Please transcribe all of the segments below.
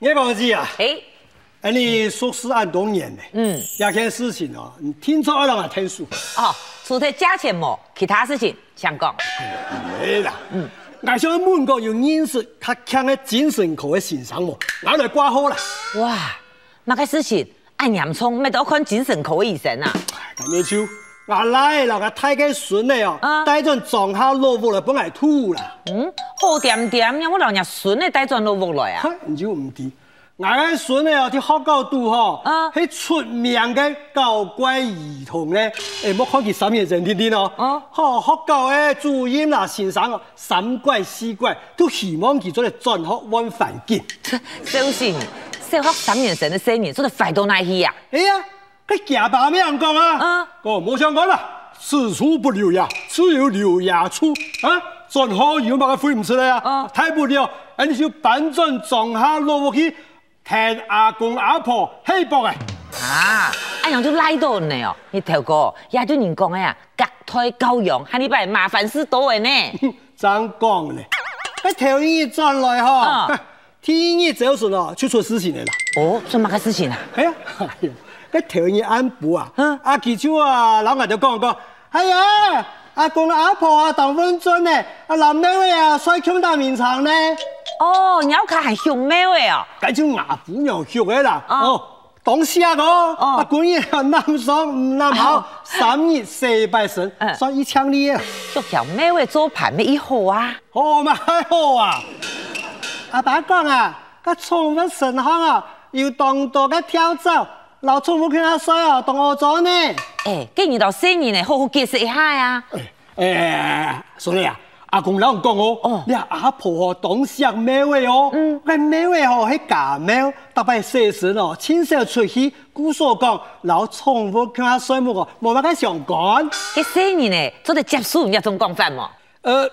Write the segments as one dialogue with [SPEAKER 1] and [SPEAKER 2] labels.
[SPEAKER 1] 叶宝记啊，
[SPEAKER 2] 哎，
[SPEAKER 1] 哎，你说是按多年呢？嗯，有件事情哦，你听错了嘛？天数
[SPEAKER 2] 哦，除了价钱冇，其他事情想讲。
[SPEAKER 1] 没啦。嗯，我想问过有认识较强的精神科的先生冇？俺来挂号啦。
[SPEAKER 2] 哇，那个事情按洋葱，咩都看精神科医生啊。
[SPEAKER 1] 咁你就我来了，我太个孙的哦
[SPEAKER 2] 啊，
[SPEAKER 1] 带阵撞下老婆来帮我吐啦。
[SPEAKER 2] 嗯，好点点，让我老人孙的带转落屋来啊。
[SPEAKER 1] 哈，哎你就唔知。我个孙的哦，啲学教度吼，
[SPEAKER 2] 啊
[SPEAKER 1] 迄出名嘅搞怪儿童咧，诶，莫看佢三眼人天天哦
[SPEAKER 2] 啊，
[SPEAKER 1] 吼学教嘅主任啦、先生哦，三怪四怪都希望佢做嚟转学揾环境。
[SPEAKER 2] 小心，小学三年生的生年，做得快到哪去啊？
[SPEAKER 1] 哎呀，佢假把咩人讲啊
[SPEAKER 2] 啊？
[SPEAKER 1] 我冇想讲啦，此处不留爷，只有留爷处啊！转好以后把佢飞唔出来啊
[SPEAKER 2] 啊！
[SPEAKER 1] 太不了，啊你就搬转撞下落去，听阿公阿婆黑薄啊！
[SPEAKER 2] 啊，哎呀，就赖到你哦，你头哥，也就人讲哎呀，隔胎教养，哈你拜麻烦事多的呢。
[SPEAKER 1] 怎讲呢？一条鱼转来哈
[SPEAKER 2] 啊，
[SPEAKER 1] 天一早上哦，就出事情来了。
[SPEAKER 2] 哦，做乜个事情啊？
[SPEAKER 1] 哎 呀，哎呦，一条鱼安补啊
[SPEAKER 2] 嗯，
[SPEAKER 1] 阿记者啊，老外就讲讲，哎呀，阿公阿婆啊，当分准呢，阿男奶位啊，衰穷大面长呢，
[SPEAKER 2] 哦，鸟卡还熊猫的哦。
[SPEAKER 1] 改种牙虎肉肉的啦，
[SPEAKER 2] 啊
[SPEAKER 1] 哦。当下个，阿官爷南上唔南
[SPEAKER 2] 哎
[SPEAKER 1] 好
[SPEAKER 2] 呦，
[SPEAKER 1] 三日四拜神，
[SPEAKER 2] 嗯
[SPEAKER 1] 算一枪你啊！
[SPEAKER 2] 做小妹会做盘咩以后啊？
[SPEAKER 1] 好嘛，好啊！阿爸讲啊，个宠物神行啊，要当多个挑战，老宠物佢阿衰哦，当我咗呢。
[SPEAKER 2] 哎、今年到新年呢，好好解释一下啊呀、
[SPEAKER 1] 诶，所以啊，阿公老人讲哦
[SPEAKER 2] 哦，
[SPEAKER 1] 你阿阿婆哦，当上美味哦，嗯，个美味哦，喺假猫，特别细神哦，亲手出去，姑所讲，老宠物佢阿衰木哦，冇乜个相干。
[SPEAKER 2] 这新年呢，做得接受人家种讲法嘛。
[SPEAKER 1] 呃，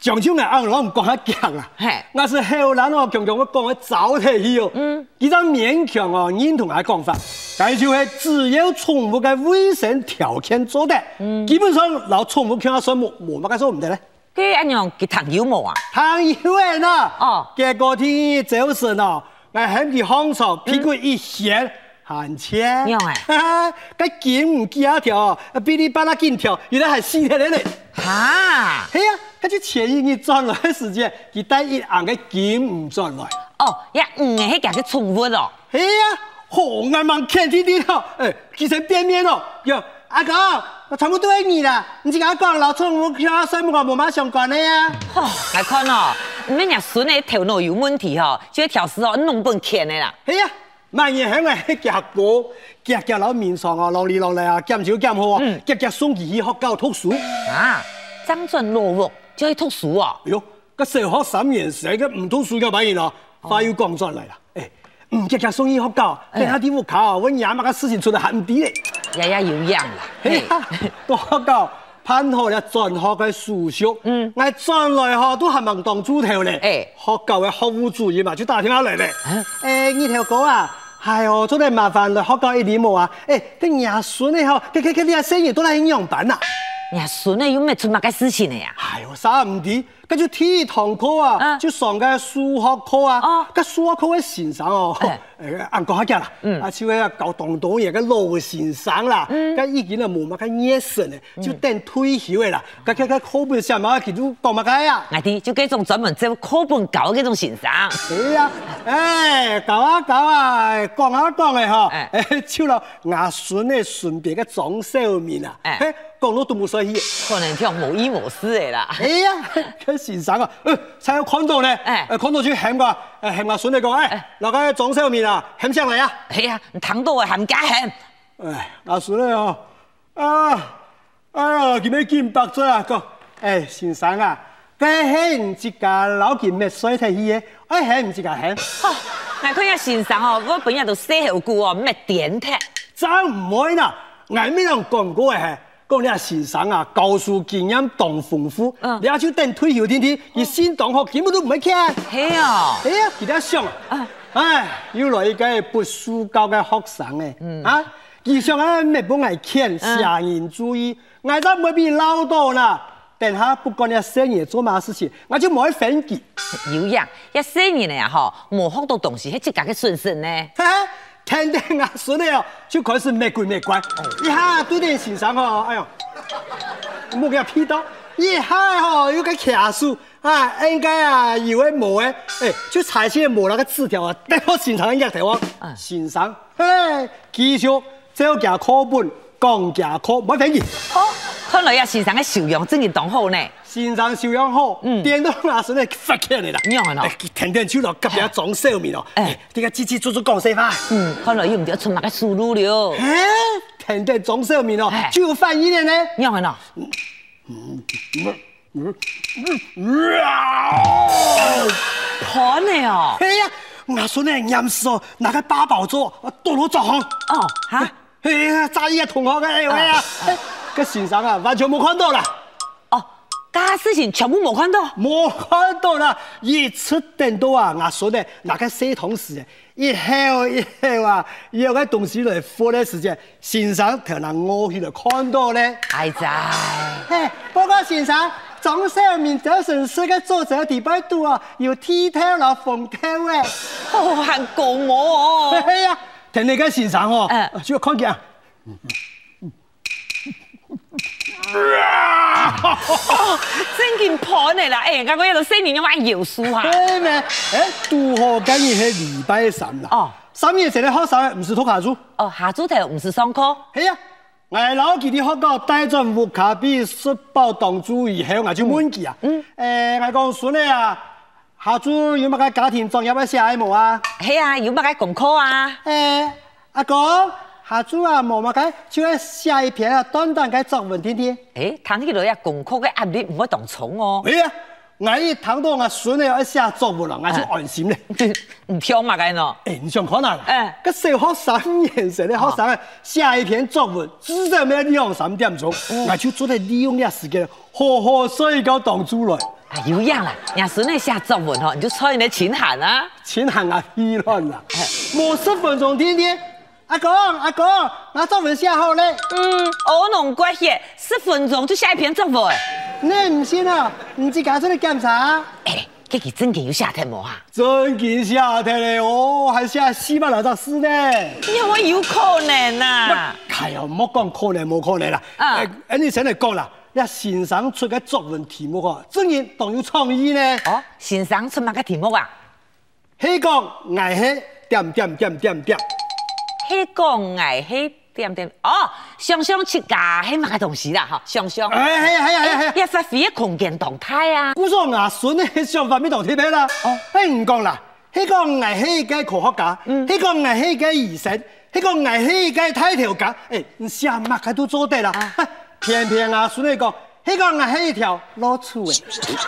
[SPEAKER 1] 漳州人阿我唔讲得强啊
[SPEAKER 2] 嘿，
[SPEAKER 1] 我是後人哦，強強我講嘅走起去哦，
[SPEAKER 2] 嗯
[SPEAKER 1] 佢就勉強哦認同我講法，但就係只有寵物嘅衛生條件做得，
[SPEAKER 2] 嗯
[SPEAKER 1] 基本上老寵物聽啊阿說冇冇乜嘅做唔得咧。
[SPEAKER 2] 佢安样佢糖有冇啊？
[SPEAKER 1] 唐以為呢，
[SPEAKER 2] 哦
[SPEAKER 1] 結果天早晨哦，我喺佢放手屁股一
[SPEAKER 2] 嗯
[SPEAKER 1] 掀。行車，
[SPEAKER 2] 樣 哎
[SPEAKER 1] 啊，個筋唔記啊條哦，噼里啪啦筋條，原來係死的咧咧。
[SPEAKER 2] 哈，
[SPEAKER 1] 嘿呀，佮只前一日转来的时间，佮带一行嘅金唔转来。
[SPEAKER 2] 哦，也唔系迄家嘅宠物哦。
[SPEAKER 1] 嘿呀，红眼望看天天哦，哎，其实变面哦，哟，阿公，我全部对你啦，你只甲我讲老宠物听水母我无马上管的呀。
[SPEAKER 2] 吼、 来看哦，你们家孙的头脑有问题哦，就要挑事哦，弄本钱的啦。
[SPEAKER 1] 嘿呀，万嘢响诶，迄夹过，夹夹老面上哦，落嚟落嚟啊，减少减好啊，夹夹送佢去学教读书。
[SPEAKER 2] 啊，张准落屋就要读书哦。
[SPEAKER 1] 哎呦，個小學三年級嘅唔讀書嘅反應啊，快要降出嚟啦！誒，唔日日送醫學教，
[SPEAKER 2] 哦哎
[SPEAKER 1] 你下啲屋靠啊，揾廿乜嘅事情做得狠啲咧。
[SPEAKER 2] 爷爷有养啦。
[SPEAKER 1] 嘿
[SPEAKER 2] 嘿
[SPEAKER 1] 呀，我教盼好了轉學嘅數學，嗯，我轉來嗬都係問當主頭咧。
[SPEAKER 2] 哎
[SPEAKER 1] 學教嘅學務主任嘛，就打電話嚟咧
[SPEAKER 2] 啊。
[SPEAKER 1] 誒，二條哥啊！係哦，真係麻煩來學教一點冇啊！誒，啲爺孫咧嗬，佢佢佢啲阿生意都係樣板啊！
[SPEAKER 2] 你家孙的有咩出乜嘅事情的呀？
[SPEAKER 1] 哎呦，啥唔知？跟住體育堂課啊，
[SPEAKER 2] 啊
[SPEAKER 1] 就上嘅數學課啊
[SPEAKER 2] 哦，
[SPEAKER 1] 跟數學課嘅先生哦
[SPEAKER 2] 哎，
[SPEAKER 1] 誒，啊講下嘅啦，啊，超嘅教堂堂嘢嘅老先生啦，跟已經啊冇乜嘅熱忱咧，就等退休嘅啦，佢佢佢課本上嘛，佢都講乜嘅啊？
[SPEAKER 2] 我啲就嗰种专门做课本教嘅嗰种先生。
[SPEAKER 1] 係啊，誒，搞啊搞啊，講下講嘅
[SPEAKER 2] 哎
[SPEAKER 1] 嗬，誒， 超到牙孫嘅順便嘅裝修面啊，
[SPEAKER 2] 哎
[SPEAKER 1] 嘿，講到都冇所以。啊
[SPEAKER 2] 可能像無依無思的啦。
[SPEAKER 1] 哎呀，佢先生啊，誒，睇看到咧，
[SPEAKER 2] 哎
[SPEAKER 1] 誒，看到住喊個，誒，喊阿筍你講，誒
[SPEAKER 2] 哎，
[SPEAKER 1] 嗱個裝修面啊，喊上嚟啊，
[SPEAKER 2] 哎呀，糖到的冚家冚，
[SPEAKER 1] 誒，阿筍咧哦，啊，哎呀，佢咩見白咗啊，講，誒，先生啊，佢係唔知架老件咩水睇起嘅，我係唔知架喊，
[SPEAKER 2] 吼！我看下先生哦，我本人都寫好句哦，咩點踢？
[SPEAKER 1] 真唔會啦，外面人講過嘅係。講你阿先生啊，教書經驗當豐富，
[SPEAKER 2] 嗯
[SPEAKER 1] 你阿啊就等退休天天，而先當學根本都唔係聽。
[SPEAKER 2] 嘿哦，
[SPEAKER 1] 哎呀，其他上啊
[SPEAKER 2] 啊，
[SPEAKER 1] 哎，又來一個不書教嘅學生咧，啊，其實啊，咪本係欠下人注意，我真未必撈到啦。等下不管你生意做嘛事情，我就冇去分歧。
[SPEAKER 2] 有样，一四年呢吼，冇学到东西，迄自家嘅顺顺呢。
[SPEAKER 1] 哈哈，天天啊，孙的哦，就开始玫瑰玫瑰，一下对点欣赏哦，哎呦，莫哎给他批到，一下吼有个卡数啊，应该啊有诶无诶，哎，就彩线无那个字条啊，带我欣赏一下台湾，
[SPEAKER 2] 啊
[SPEAKER 1] 欣赏，嘿，继续照加课本，讲加课，冇分歧。
[SPEAKER 2] 哦，看来啊，先生嘅修养真係当好呢。
[SPEAKER 1] 先生修养好，
[SPEAKER 2] 嗯
[SPEAKER 1] 电动牙齿呢发起来啦，
[SPEAKER 2] 妙啊喏
[SPEAKER 1] 哎天天手咯，夹边装手面咯，
[SPEAKER 2] 哎
[SPEAKER 1] 哎，这个叽叽喳喳讲西话，
[SPEAKER 2] 嗯，看来又唔对出物嘅思路了。
[SPEAKER 1] 哎，天天装手面咯
[SPEAKER 2] 哎，
[SPEAKER 1] 就有反应的呢。
[SPEAKER 2] 你看喏，盘呢哦，
[SPEAKER 1] 哎呀，牙孙呢严实哦，拿个八宝粥，多罗作行，
[SPEAKER 2] 哦哈，
[SPEAKER 1] 哎呀，炸一个同学的哎喂呀，哎个先生啊，完全冇看到啦，
[SPEAKER 2] 哦，家事情全部冇看到。
[SPEAKER 1] 冇看到啦，一次等到啊，牙孙呢拿个水桶匙呢，一敲一敲啊，有个东西来放的时间，先生可能我去就看到咧。
[SPEAKER 2] 哎在，
[SPEAKER 1] 嘿，报告先生，总上面这城市嘅作者地板度哦，有剃头老缝头诶。
[SPEAKER 2] 好恨告
[SPEAKER 1] 啊
[SPEAKER 2] 我
[SPEAKER 1] 嘿
[SPEAKER 2] 哦。
[SPEAKER 1] 嘿呀，听你个先生哦
[SPEAKER 2] 嗯，
[SPEAKER 1] 主要看见啊。
[SPEAKER 2] 真件盘嚟啦，哎，我一路四年嘅玩摇书啊。
[SPEAKER 1] 哎咩？哎，杜好今日系礼拜三啦。
[SPEAKER 2] 哦
[SPEAKER 1] 三年前的学生唔是读下书。
[SPEAKER 2] 哦，下主題唔是上課，
[SPEAKER 1] 嘿呀，我老记得学到带转乌卡比书包当主以后，我就问佢啊。嗯。诶，我讲孙诶啊，下主有冇个家庭作业要写冇啊？
[SPEAKER 2] 係啊，要乜解功課啊？
[SPEAKER 1] 诶，阿公，下主啊，冇嘛解，就要写一篇啊，短短嘅作文听听。
[SPEAKER 2] 誒，睇起來啊，功課嘅壓力唔可以當重哦，
[SPEAKER 1] 哎呀，我一听到我孙诶一写作文啦，我就安心咧。
[SPEAKER 2] 唔跳嘛嘅喏。啊
[SPEAKER 1] 哎，你想看哪？
[SPEAKER 2] 哎
[SPEAKER 1] 哎，个小学生眼神的学生啊，写一篇作文，至少要两三点钟，我就做得利用这时间，好好睡觉当主来，
[SPEAKER 2] 啊，有樣啦，人孫你寫作文哦，你就猜你錢行啊。
[SPEAKER 1] 请行啊批乱啦
[SPEAKER 2] 哎，
[SPEAKER 1] 冇十分钟听听。阿公，阿公，我作文写好咧，
[SPEAKER 2] 嗯，我弄過嘅，十分鐘就寫一篇作文。
[SPEAKER 1] 你唔信啊？唔知家出嚟检查啊？
[SPEAKER 2] 誒，佢佢真嘅有寫題目啊？
[SPEAKER 1] 真给夏天嘞哦，还下西班牙大师呢？
[SPEAKER 2] 因為有可能啊。
[SPEAKER 1] 哎呀，莫讲可能冇可能啦。
[SPEAKER 2] 啊
[SPEAKER 1] 哎，哎你先嚟讲啦，你先生出嘅作文题目哦，真然當有創意呢。
[SPEAKER 2] 哦，先生出乜嘅題目啊？
[SPEAKER 1] 佢講危險點點點點點，
[SPEAKER 2] 迄講哎，迄點點哦，想想切家迄乜嘅東西啦，哈，想想。
[SPEAKER 1] 哎係啊係啊係啊係啊，
[SPEAKER 2] 一發揮空間動態啊！
[SPEAKER 1] 古說牙筍嘅想法咪同貼咩啦？
[SPEAKER 2] 哦
[SPEAKER 1] 哦，哎唔講啦，佢講危險嘅科學家，佢講危險嘅醫生，佢講危險嘅體條家，哎，你寫乜佢都做得啦
[SPEAKER 2] 啊。
[SPEAKER 1] 哎偏偏牙筍嚟講，佢講危險一條老鼠嘅。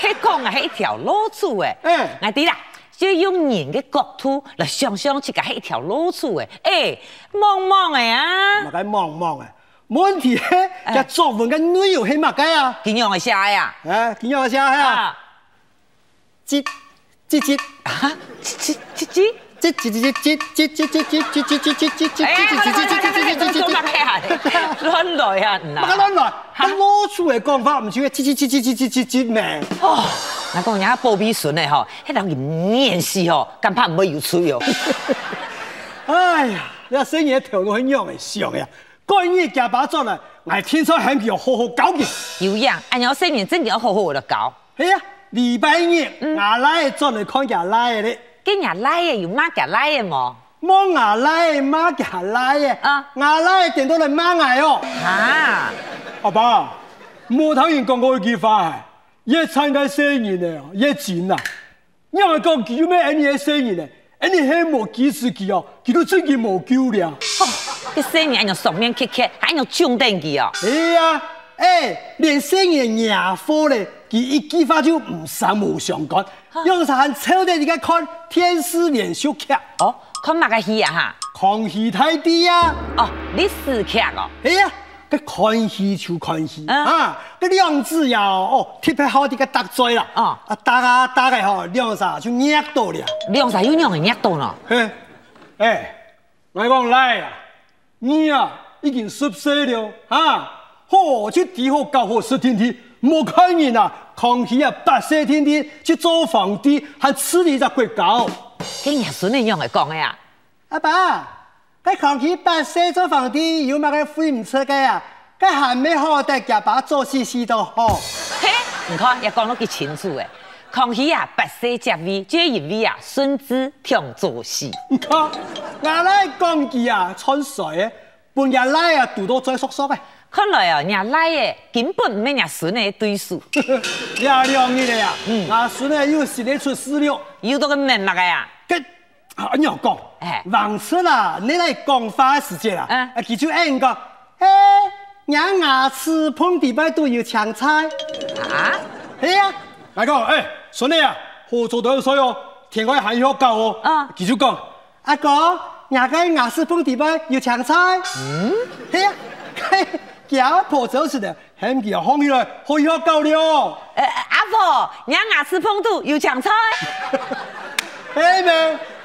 [SPEAKER 2] 迄講啊，係一條老鼠誒。
[SPEAKER 1] 嗯
[SPEAKER 2] 我知啦，就用人嘅角度嚟想象自己係一條老鼠誒。誒，茫茫誒啊，
[SPEAKER 1] 嘛该望望诶。问题咧，只作文嘅内容系嘛该啊？
[SPEAKER 2] 點樣嘅寫呀？
[SPEAKER 1] 诶，见我写啊，
[SPEAKER 2] 啊，
[SPEAKER 1] 接接接
[SPEAKER 2] 啊，吱吱吱吱，
[SPEAKER 1] 接接接接接接接接接接接接接接接接接接接接接
[SPEAKER 2] 哎，
[SPEAKER 1] 接接接接。
[SPEAKER 2] 亂來啊，唔
[SPEAKER 1] 乜
[SPEAKER 2] 啊！
[SPEAKER 1] 卵来？乜老鼠嘅讲法唔似嘅，接接接接接接接接命。
[SPEAKER 2] 哦，我講人家波比筍誒吼，迄人唔面試吼，咁怕唔會有出哦。
[SPEAKER 1] 哎呀，你生意头脑很样嘅，上呀。关于假把作呢，我天生很要好好搞嘅。
[SPEAKER 2] 有樣，俺娘四年真嘅好好嚟搞。
[SPEAKER 1] 哎呀，礼拜日我来做嚟看牙来嘅咧。
[SPEAKER 2] 今日來嘅有乜嘅來嘅冇？
[SPEAKER 1] 摸牙奶，抹牙奶耶！
[SPEAKER 2] 啊
[SPEAKER 1] 啊，牙奶點到嚟抹牙哦。
[SPEAKER 2] 啊！
[SPEAKER 1] 阿爸，冇頭先講過一句話係，一參加生意呢，一錢啊，因為講佢有咩嘢嘢生意呢，E 你係冇幾時佢哦，佢都自己冇救了。
[SPEAKER 2] 一哦生人用上面切切，还用中等级哦。
[SPEAKER 1] 哎呀，哎，連生意嘅牙科呢，佢一句話就唔上冇上講，用上抽得你家看天師連續劇，
[SPEAKER 2] 哦，看乜个戏啊哈？
[SPEAKER 1] 狂喜太低呀、啊！
[SPEAKER 2] 哦，你四劇哦。
[SPEAKER 1] 哎呀，个看戏就看戏
[SPEAKER 2] 啊
[SPEAKER 1] 啊，个量子呀哦，特别好啲个搭嘴啦，
[SPEAKER 2] 啊
[SPEAKER 1] 啊，啊搭啊搭个吼，量啥就捏到了。
[SPEAKER 2] 你用啥有用人捏到呢？
[SPEAKER 1] 嘿，哎，我讲来啊，你啊已经十岁了啊，好去地好搞好事天天，莫看人啊，康熙啊，八色天天去做皇帝，还吃你只国家哦。
[SPEAKER 2] 跟爷孙一样嚟讲嘅啊呀，
[SPEAKER 1] 阿爸，佢康熙八世做皇帝，有乜嘅悔唔出嘅啊？佢还没好得嘅，把做事事都好。
[SPEAKER 2] 嘿，你看也讲得几清楚诶。康熙啊，八世接位，这一位啊，孙子常做戏。
[SPEAKER 1] 你看，我来讲句啊，穿水的，半夜来啊，肚到最缩缩嘅。
[SPEAKER 2] 看来哦，人来诶根本唔免人孙诶对手，
[SPEAKER 1] 呀，两 你嘞呀，啊，孙呢又是咧出事了。
[SPEAKER 2] 有多个明白个呀？
[SPEAKER 1] 跟啊，你要讲
[SPEAKER 2] 哎，
[SPEAKER 1] 上次啦，你来讲话时间啦，
[SPEAKER 2] 嗯
[SPEAKER 1] 啊，佢就按讲，哎，人牙齿碰地板都要抢菜，
[SPEAKER 2] 啊？
[SPEAKER 1] 哎呀，来讲，哎，孙女啊，合作都水哦，天开还要教哦，
[SPEAKER 2] 啊
[SPEAKER 1] 佢就讲，阿哥，人家牙齿碰地板要抢菜，嗯，哎呀， 嘿，家婆走时的，很比较放起来，可以要教了。
[SPEAKER 2] 呃，阿婆，人牙齿碰肚有抢菜。
[SPEAKER 1] 哎咩？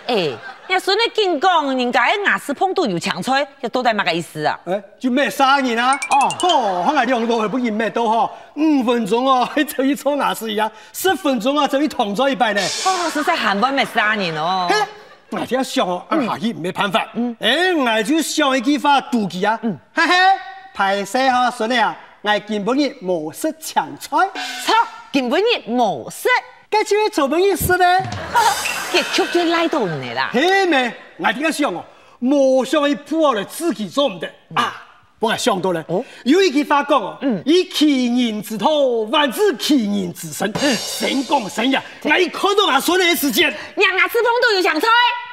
[SPEAKER 2] 诶，人孙诶竟讲人家的牙齿碰肚有抢菜，这到底乜个意思啊？
[SPEAKER 1] 哎，就咩生意啦？
[SPEAKER 2] 哦
[SPEAKER 1] 哦，看来你用到係不认咩都好，五分钟哦，喺就一搓牙齒一樣，十分鐘啊就一躺咗一拜呢。
[SPEAKER 2] 哦，实在韩文咪三年哦嗯
[SPEAKER 1] 嘿。我聽想哦，俺下去咩辦法？哎，我就想一句話妒忌啊，嘿嘿，排泄好順利啊，我根本嘅無識搶菜，
[SPEAKER 2] 操，根本嘅模式，
[SPEAKER 1] 咁就會做乜意思呢？
[SPEAKER 2] 结局就拉到你啦。
[SPEAKER 1] 嘿咩，我點解想哦？無想一破嚟自己做唔得啊！我係想到咧
[SPEAKER 2] 嗯哦，嗯
[SPEAKER 1] 有一句話講哦，以其人之道，還治其人之身。
[SPEAKER 2] 嗯
[SPEAKER 1] 神講神呀，我一看到我孫的時間，
[SPEAKER 2] 人牙齿碰肚有抢菜，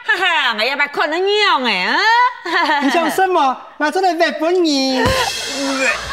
[SPEAKER 2] 哈哈，我也把看得样诶啊。
[SPEAKER 1] 你想什麼？我真係日本人。
[SPEAKER 2] 哎